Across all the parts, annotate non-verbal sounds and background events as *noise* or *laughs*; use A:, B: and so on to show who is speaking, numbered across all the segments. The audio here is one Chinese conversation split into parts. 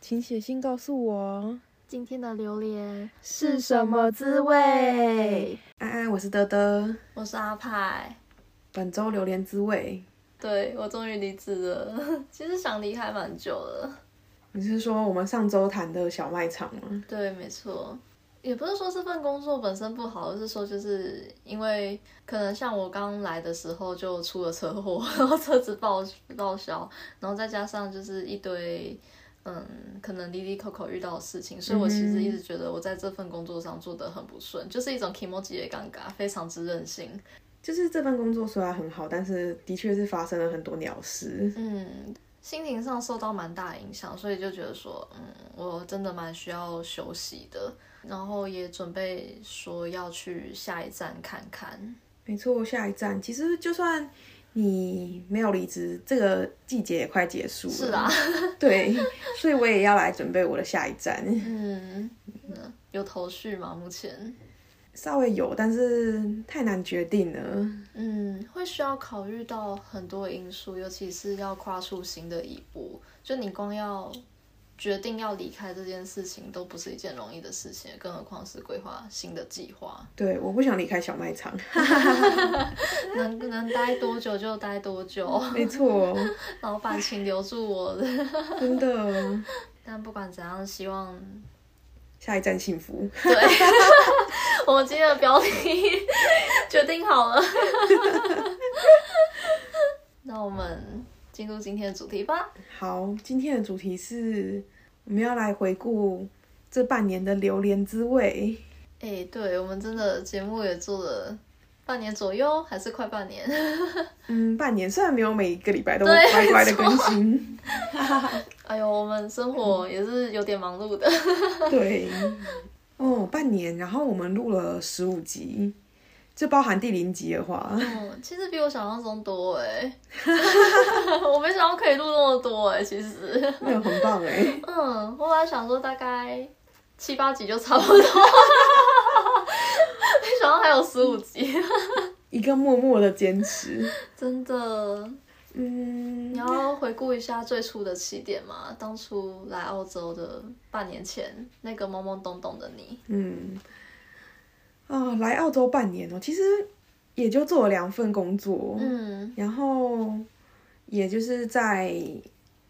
A: 请写信告诉我
B: 今天的榴莲
A: 是什么滋味。安安，我是德德，
B: 我是阿派，
A: 本周榴莲滋味。
B: 对我终于离职了， *laughs* 其实想离开蛮久了。
A: 你是说我们上周谈的小卖场吗？
B: 对，没错，也不是说这份工作本身不好，而是说就是因为可能像我刚来的时候就出了车祸， *laughs* 然后车子报报销，然后再加上就是一堆嗯，可能滴滴扣扣遇到的事情，所以我其实一直觉得我在这份工作上做的很不顺，就是一种 k i m o j i 的尴尬，非常之任性。
A: 就是这份工作虽然很好，但是的确是发生了很多鸟事。
B: 嗯，心灵上受到蛮大影响，所以就觉得说，嗯，我真的蛮需要休息的。然后也准备说要去下一站看看。
A: 没错，下一站其实就算你没有离职，这个季节也快结束了。
B: 是啊，
A: *laughs* 对，所以我也要来准备我的下一站。
B: 嗯，嗯有头绪吗？目前，
A: 稍微有，但是太难决定了。
B: 嗯，会需要考虑到很多因素，尤其是要跨出新的一步。就你光要决定要离开这件事情，都不是一件容易的事情，更何况是规划新的计划。
A: 对，我不想离开小卖场。 *laughs*
B: 能能待多久就待多久，
A: 没错，
B: 老板请留住我。
A: *laughs* 真的，
B: *laughs* 但不管怎样，希望 *laughs*
A: 下一站幸福。
B: 对我们今天的标题决定好了。 *laughs* 那我们进入今天的主题吧。
A: 好，今天的主题是我们要来回顾这半年的榴莲滋味。
B: 哎、对我们真的节目也做了半年左右，还是快半年。 *laughs*
A: 嗯，半年虽然没有每个礼拜都
B: 对
A: 乖乖的更新，
B: 哎呦，我们生活也是有点忙碌的。
A: *laughs* 对，哦，半年，然后我们录了十五集，就包含第零集的话， *laughs*
B: 嗯， *laughs* 其实比我想象中多哎、 *laughs* 我没想到可以录那么多哎、其实。
A: 那很棒哎。
B: 嗯，我本来想说大概七八集就差不多，没想到还有十五集，
A: 一个默默的坚持，
B: 真的。
A: 嗯
B: 你， *laughs* 要回顾一下最初的起点吗？当初来澳洲的半年前，那个懵懵懂懂的你，
A: 嗯，啊、来澳洲半年哦、其实也就做了两份工作，
B: 嗯
A: 然后也就是在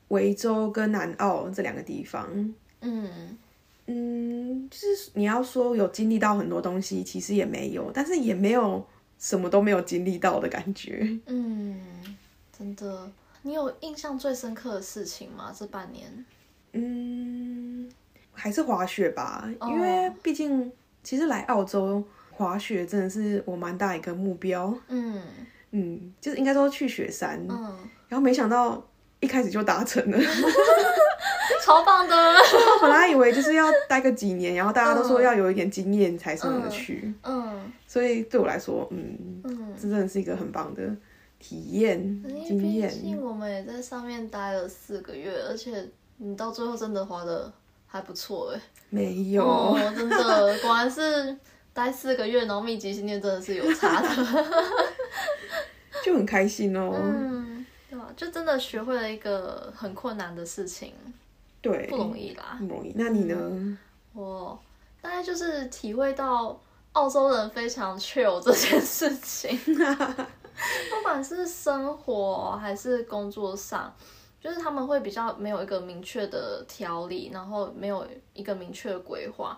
A: 维州跟南澳这两个地方，
B: 嗯
A: 嗯，就是你要说有经历到很多东西，其实也没有，但是也没有什么都没有经历到的感觉。
B: 嗯，真的。你有印象最深刻的事情吗？这半年？
A: 嗯，还是滑雪吧，
B: 哦
A: 因为毕竟其实来澳洲滑雪真的是我蛮大一个目标，
B: 嗯
A: 嗯，就是应该说去雪山，
B: 嗯，
A: 然后没想到一开始就达成了。
B: 超棒的。
A: 我本来以为就是要待个几年，然后大家都说要有一点经验才上得去，
B: 嗯
A: 所以对我来说，嗯，
B: 嗯。
A: 这真的是一个很棒的体验
B: 因为
A: 经验
B: 毕。竟我们也在上面待了四个月，而且你到最后真的滑的还不错哎、
A: 没有，
B: 哦，真的，果然是待四个月，然后密集训练真的是有差的。
A: 就很开心哦。
B: 嗯， *laughs* 对吧？就真的学会了一个很困难的事情，
A: 对，
B: 不容易啦。嗯
A: 不容易。那你呢？
B: 我大概就是体会到澳洲人非常 chill 这件事情，不管是生活还是工作上，就是他们会比较没有一个明确的条理，然后没有一个明确的规划。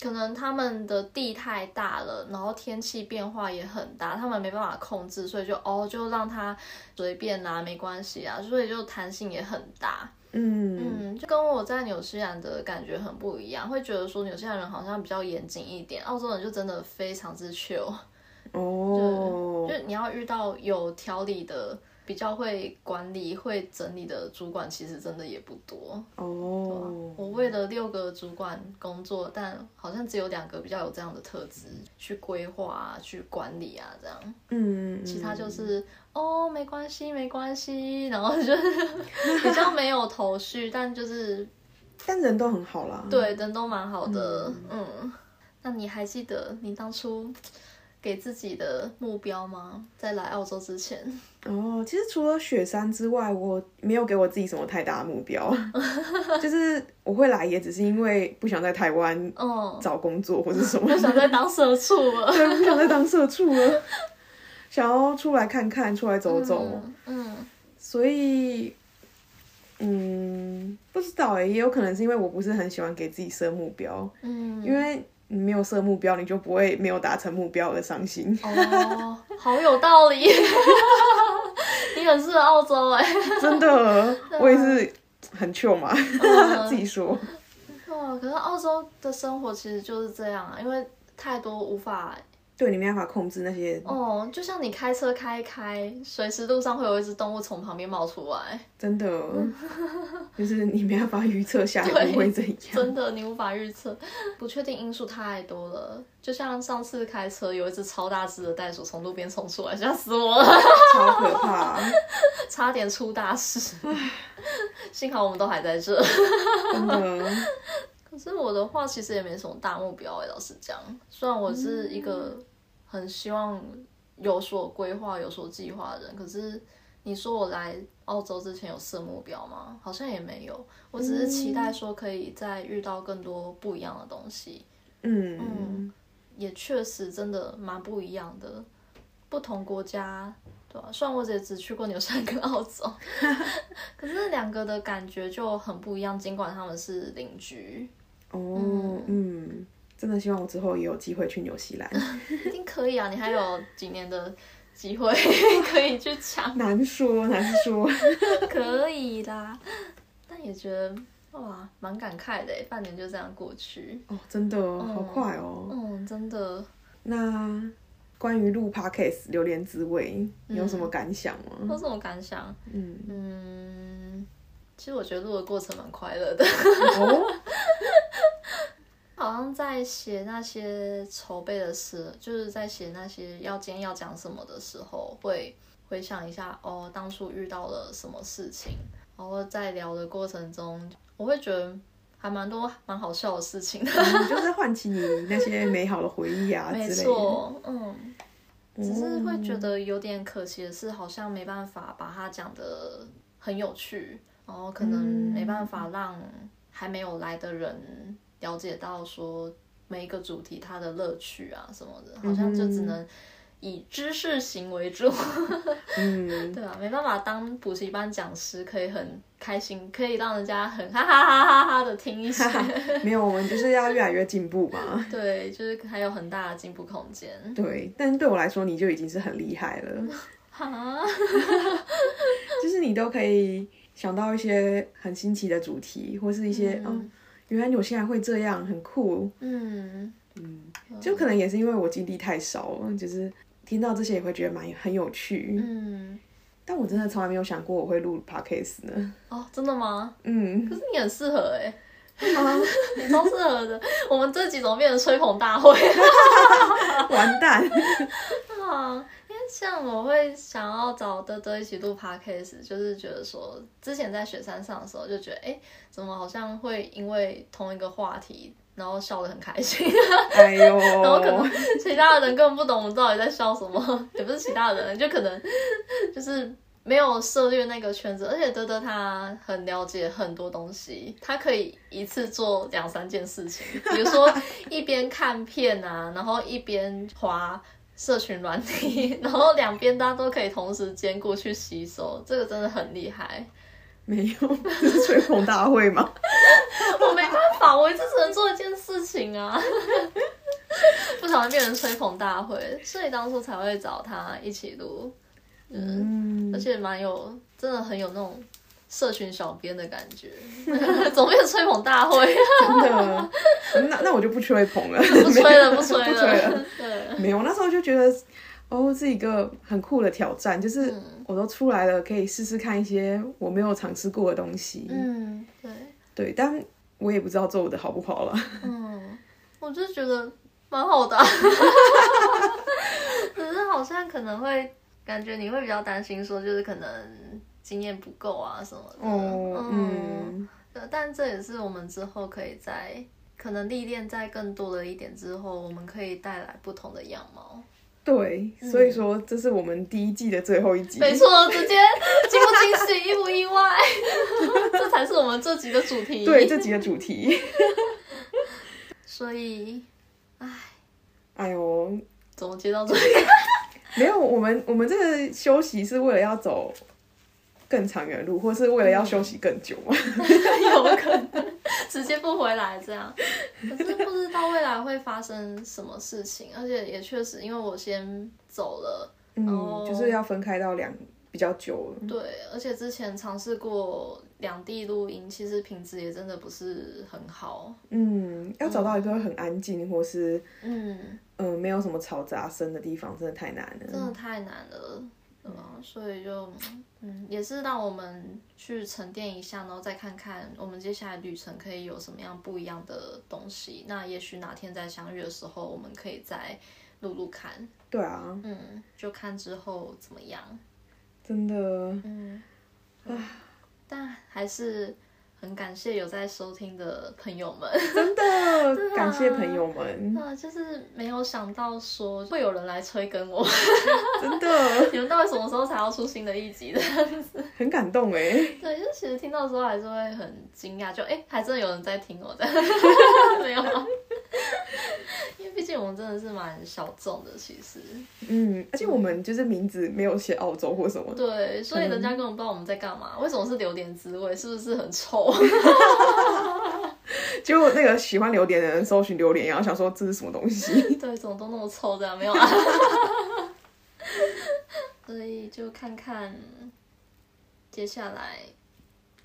B: 可能他们的地太大了，然后天气变化也很大，他们没办法控制，所以就哦就让它随便啦、没关系啊，所以就弹性也很大。
A: 嗯，
B: 嗯，就跟我在纽西兰的感觉很不一样，会觉得说纽西兰人好像比较严谨一点，澳洲人就真的非常之 chill，、嗯
A: 哦
B: *laughs* 就，是你要遇到有条理的、比较会管理、会整理的主管，其实真的也不多。
A: 哦，
B: 我为了六个主管工作，但好像只有两个比较有这样的特质，去规划啊、去管理啊，这样，
A: 嗯，
B: 其他就是、哦，没关系，没关系，然后就是 *laughs* 比较没有头绪，但就是
A: 但人都很好啦。，
B: 嗯对，人都蛮好的，嗯那你还记得你当初给自己的目标吗？在来澳洲之前，
A: 哦，其实除了雪山之外，我没有给我自己什么太大的目
B: *laughs*
A: 标，就是我会来也只是因为不想在台湾
B: 嗯，
A: 找工作或者什
B: *laughs*
A: 么
B: 不，想再当社畜了。
A: 对，不想再当社畜了， *laughs* 想要出来看看，出来走走，
B: 嗯，嗯，
A: 所以，嗯，不知道哎，也有可能是因为我不是很喜欢给自己设目标，
B: 嗯
A: 因为你没有设目标，你就不会没有达成目标而伤心。
B: *laughs* 哦，好有道理， *laughs* 你很适合澳洲哎、
A: 真的，我也是很糗嘛，*laughs*
B: 嗯
A: 自己说。
B: 哇，哦可是澳洲的生活其实就是这样啊，因为太多无法
A: 对你没办法控制那些，
B: 哦，就像你开车开一开，随时路上会有一只动物从旁边冒出来，
A: 真的，就是你没办法预测下一
B: 嗯对
A: 步 *laughs* 会怎
B: *laughs*
A: 样。
B: 真的你无法预测，不确定因素太多了。就像上次开车有一只超大只的袋鼠从路边冲出来，吓死我 *laughs* 了，
A: 超可怕，
B: 差点出大事。幸好我们都还在这。
A: 真的。
B: 可是我的话，其实也没什么大目标诶、欸老实讲，虽然我是一个很希望有所规划、有所计划的人，可是你说我来澳洲之前有设目标吗？好像也没有，我只是期待说可以再遇到更多不一样的东西，
A: 嗯，
B: 也确实真的蛮不一样的，不同国家。对啊，虽然我也只去过纽西兰跟澳洲， *laughs* 可是两个的感觉就很不一样，尽管他们是邻居。
A: 哦，嗯，真的希望我之后也有机会去纽西 *laughs* 兰，
B: 一定可以啊！你还有几年的机会 *laughs* 可以去抢，
A: 难说难 *laughs* 说。
B: 可以啦。 *laughs* 但也觉得哇，蛮感慨的耶，欸半年就这样过去。
A: 哦，真的好快哦。
B: 嗯，真的，
A: 那关于录 podcast 榴莲滋味，你有什么感想吗？
B: 有什么感想？
A: 嗯，
B: 嗯，其实我觉得录的过程蛮快乐
A: *laughs*
B: 的，
A: 哦，
B: 好像在写那些筹备的事，就是在写那些要今天要讲什么的时候，会回想一下哦，当初遇到了什么事情，然后在聊的过程中，我会觉得还蛮多蛮好笑的事情的。
A: 嗯就是唤起你那些美好的回忆啊之类
B: 没
A: 的。
B: 错，嗯，只是会觉
A: 哦
B: 得有点可惜的是，好像没办法把它讲的很有趣，然后可能
A: 嗯
B: 没办法让还没有来的人了解到说每一个主题它的乐趣啊什么的，好像就只能以知识型为主，
A: 嗯，
B: *laughs* 对啊，没办法当补习班讲师，可以很开心，可以让人家很哈哈哈哈哈的听一些，
A: *laughs* *laughs* 没有，我们就是要越来越进步嘛。
B: 对，就是还有很大的进步空间。
A: 对，但是对我来说，你就已经是很厉害 *laughs* 了，
B: 哈，
A: 就是你都可以想到一些很新奇的主题，或是一些嗯、哦，原来纽西兰会这样，很酷。
B: 嗯，
A: 就可能也是因为我经历太少了，就是听到这些也会觉得蛮很有趣。
B: 嗯，
A: 但我真的从来没有想过我会录 podcast 呢。
B: 哦，真的吗？
A: 嗯，
B: 可是你很适合哎、
A: 啊
B: *laughs* 你超适合的。我们这几种变成吹捧大会
A: 完蛋，
B: 啊！因为像我会想要找德德一起录 podcast，就是觉得说，之前在雪山上的时候就觉得，哎、怎么好像会因为同一个话题，然后笑得很开心，
A: 哎呦，
B: 然后可能 *laughs* 其他的人根本不懂我们到底在笑什么， *laughs* 也不是其他人，就可能就是没有涉猎那个圈子，而且德德他很了解很多东西，他可以一次做两三件事情， *laughs* 比如说一边看片啊，然后一边滑。社群软体， *laughs* 然后两边大家都可以同时兼顾去吸收，这个真的很厉害。
A: 没有，这是吹捧大会吗？ *laughs*
B: *laughs* 我没办法，我一次只能做一件事情啊， *laughs* 不小心变成吹捧大会，所以当初才会找他一起录，
A: 嗯
B: 而，且蛮有，真的很有那种社群小编的感觉， *laughs* 怎么变成吹捧大
A: *laughs*
B: 会？
A: 真的，那那我就不吹捧了，
B: 不吹了，不吹
A: 不吹了
B: 了， *laughs* 对，
A: 没有，我那时候就觉得，哦，是一个很酷的挑战，就是
B: 嗯
A: 我都出来了，可以试试看一些我没有尝试过的东西。
B: 嗯，对，
A: 对，但我也不知道做的好不好了。
B: 嗯，我就觉得蛮好的啊、 *laughs* 只是好像可能会感觉你会比较担心，说就是可能经验不够啊什么的，
A: 哦， *laughs* 嗯，
B: 对，但这也是我们之后可以在可能历练在更多的一点之后，我们可以带来不同的样貌。
A: 对，所以说这是我们第一季的最后一集。
B: 嗯没错，直接惊不惊喜，意不意外， *laughs* 这才是我们这集的主题。
A: 对，这集的主题，
B: 所以
A: 哎呦，
B: 怎么接到这里？
A: 没有，我们我们这个休息是为了要走更长远的路，或是为
B: 嗯
A: 了要休息更久嘛？
B: 有可能直接不回来这样。可是不知道未来会发生什么事情，而且也确实，因为我先走了，
A: 嗯，
B: 哦
A: 就是要分开到两比较久了。
B: 对，而且之前尝试过两地录音，其实品质也真的不是很好。
A: 嗯，要找到一个很安静或是
B: 嗯，
A: 嗯、呃没有什么嘈杂声的地方，真的太难
B: 真
A: 了。
B: 的太难了，对吧？所以就，嗯，也是让我们去沉淀一下，然后再看看我们接下来旅程可以有什么样不一样的东西。那也许哪天在相遇的时候，我们可以再录录看，
A: 对啊，
B: 嗯，就看之后怎么样。
A: 真的，
B: 嗯，但还是很感谢有在收听的朋友们。
A: 真
B: *laughs* 啊
A: 的，感谢朋友们，
B: 那就是没有想到说会有人来催更我，
A: 真的
B: *laughs* 你们到底什么时候才要出新的一集的？
A: 很感动 *laughs* 哎。
B: 对，就其实听到的时候还是会很惊讶，就哎、诶还真的有人在听
A: *laughs*
B: 我的，没有啊，因为毕竟我们真的是蛮小众的，其实
A: 嗯，而且我们就是名字没有写澳洲或什么，
B: 对，所以人家根本不知道我们在干嘛，为什么是榴莲滋味，是不是很
A: *laughs*
B: 臭？
A: 结果那个喜欢榴莲的人搜寻榴莲，然后想说这是什么东西。
B: 对，怎么都那么臭这样没有啊？ *laughs* 所以就看看接下来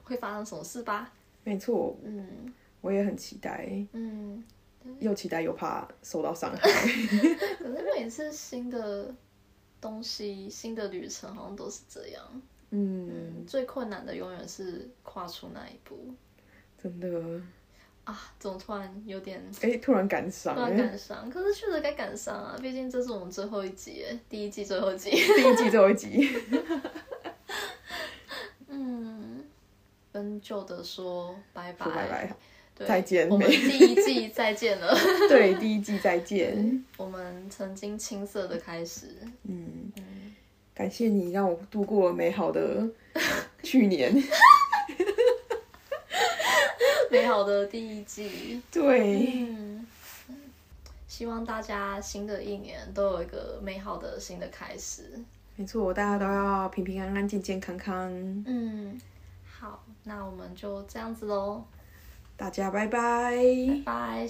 B: 会发生什么事吧。
A: 没错，
B: 嗯
A: 我也很期待，
B: 嗯，
A: 又期待又怕受到伤害。
B: 可是每次新的东西、新的旅程好像都是这样。
A: 嗯，
B: 嗯，最困难的永远是跨出那一步
A: 真的，
B: 啊！怎么突然有点
A: 哎、突然感伤
B: 突
A: 欸，
B: 然感伤？可是确实该感伤啊，毕竟这是我们最后一集耶，第一季最后一集。
A: 第一季最后 *laughs* 一集，
B: 嗯，跟旧的说拜拜，
A: 说拜拜，
B: 对
A: 再见
B: 我们第一季再见了。
A: *laughs*
B: *laughs*
A: 对，第一季再见。
B: 我们曾经青涩的开始， *laughs*
A: 嗯，感谢你让我度过了美好的去年。
B: 美好的第一季。
A: *laughs* 对，
B: 嗯，希望大家新的一年都有一个美好的新的开始。
A: 没错，大家都要平平安安、健健康康。
B: 嗯，好，那我们就这样子喽，
A: 大家拜拜。
B: 拜拜。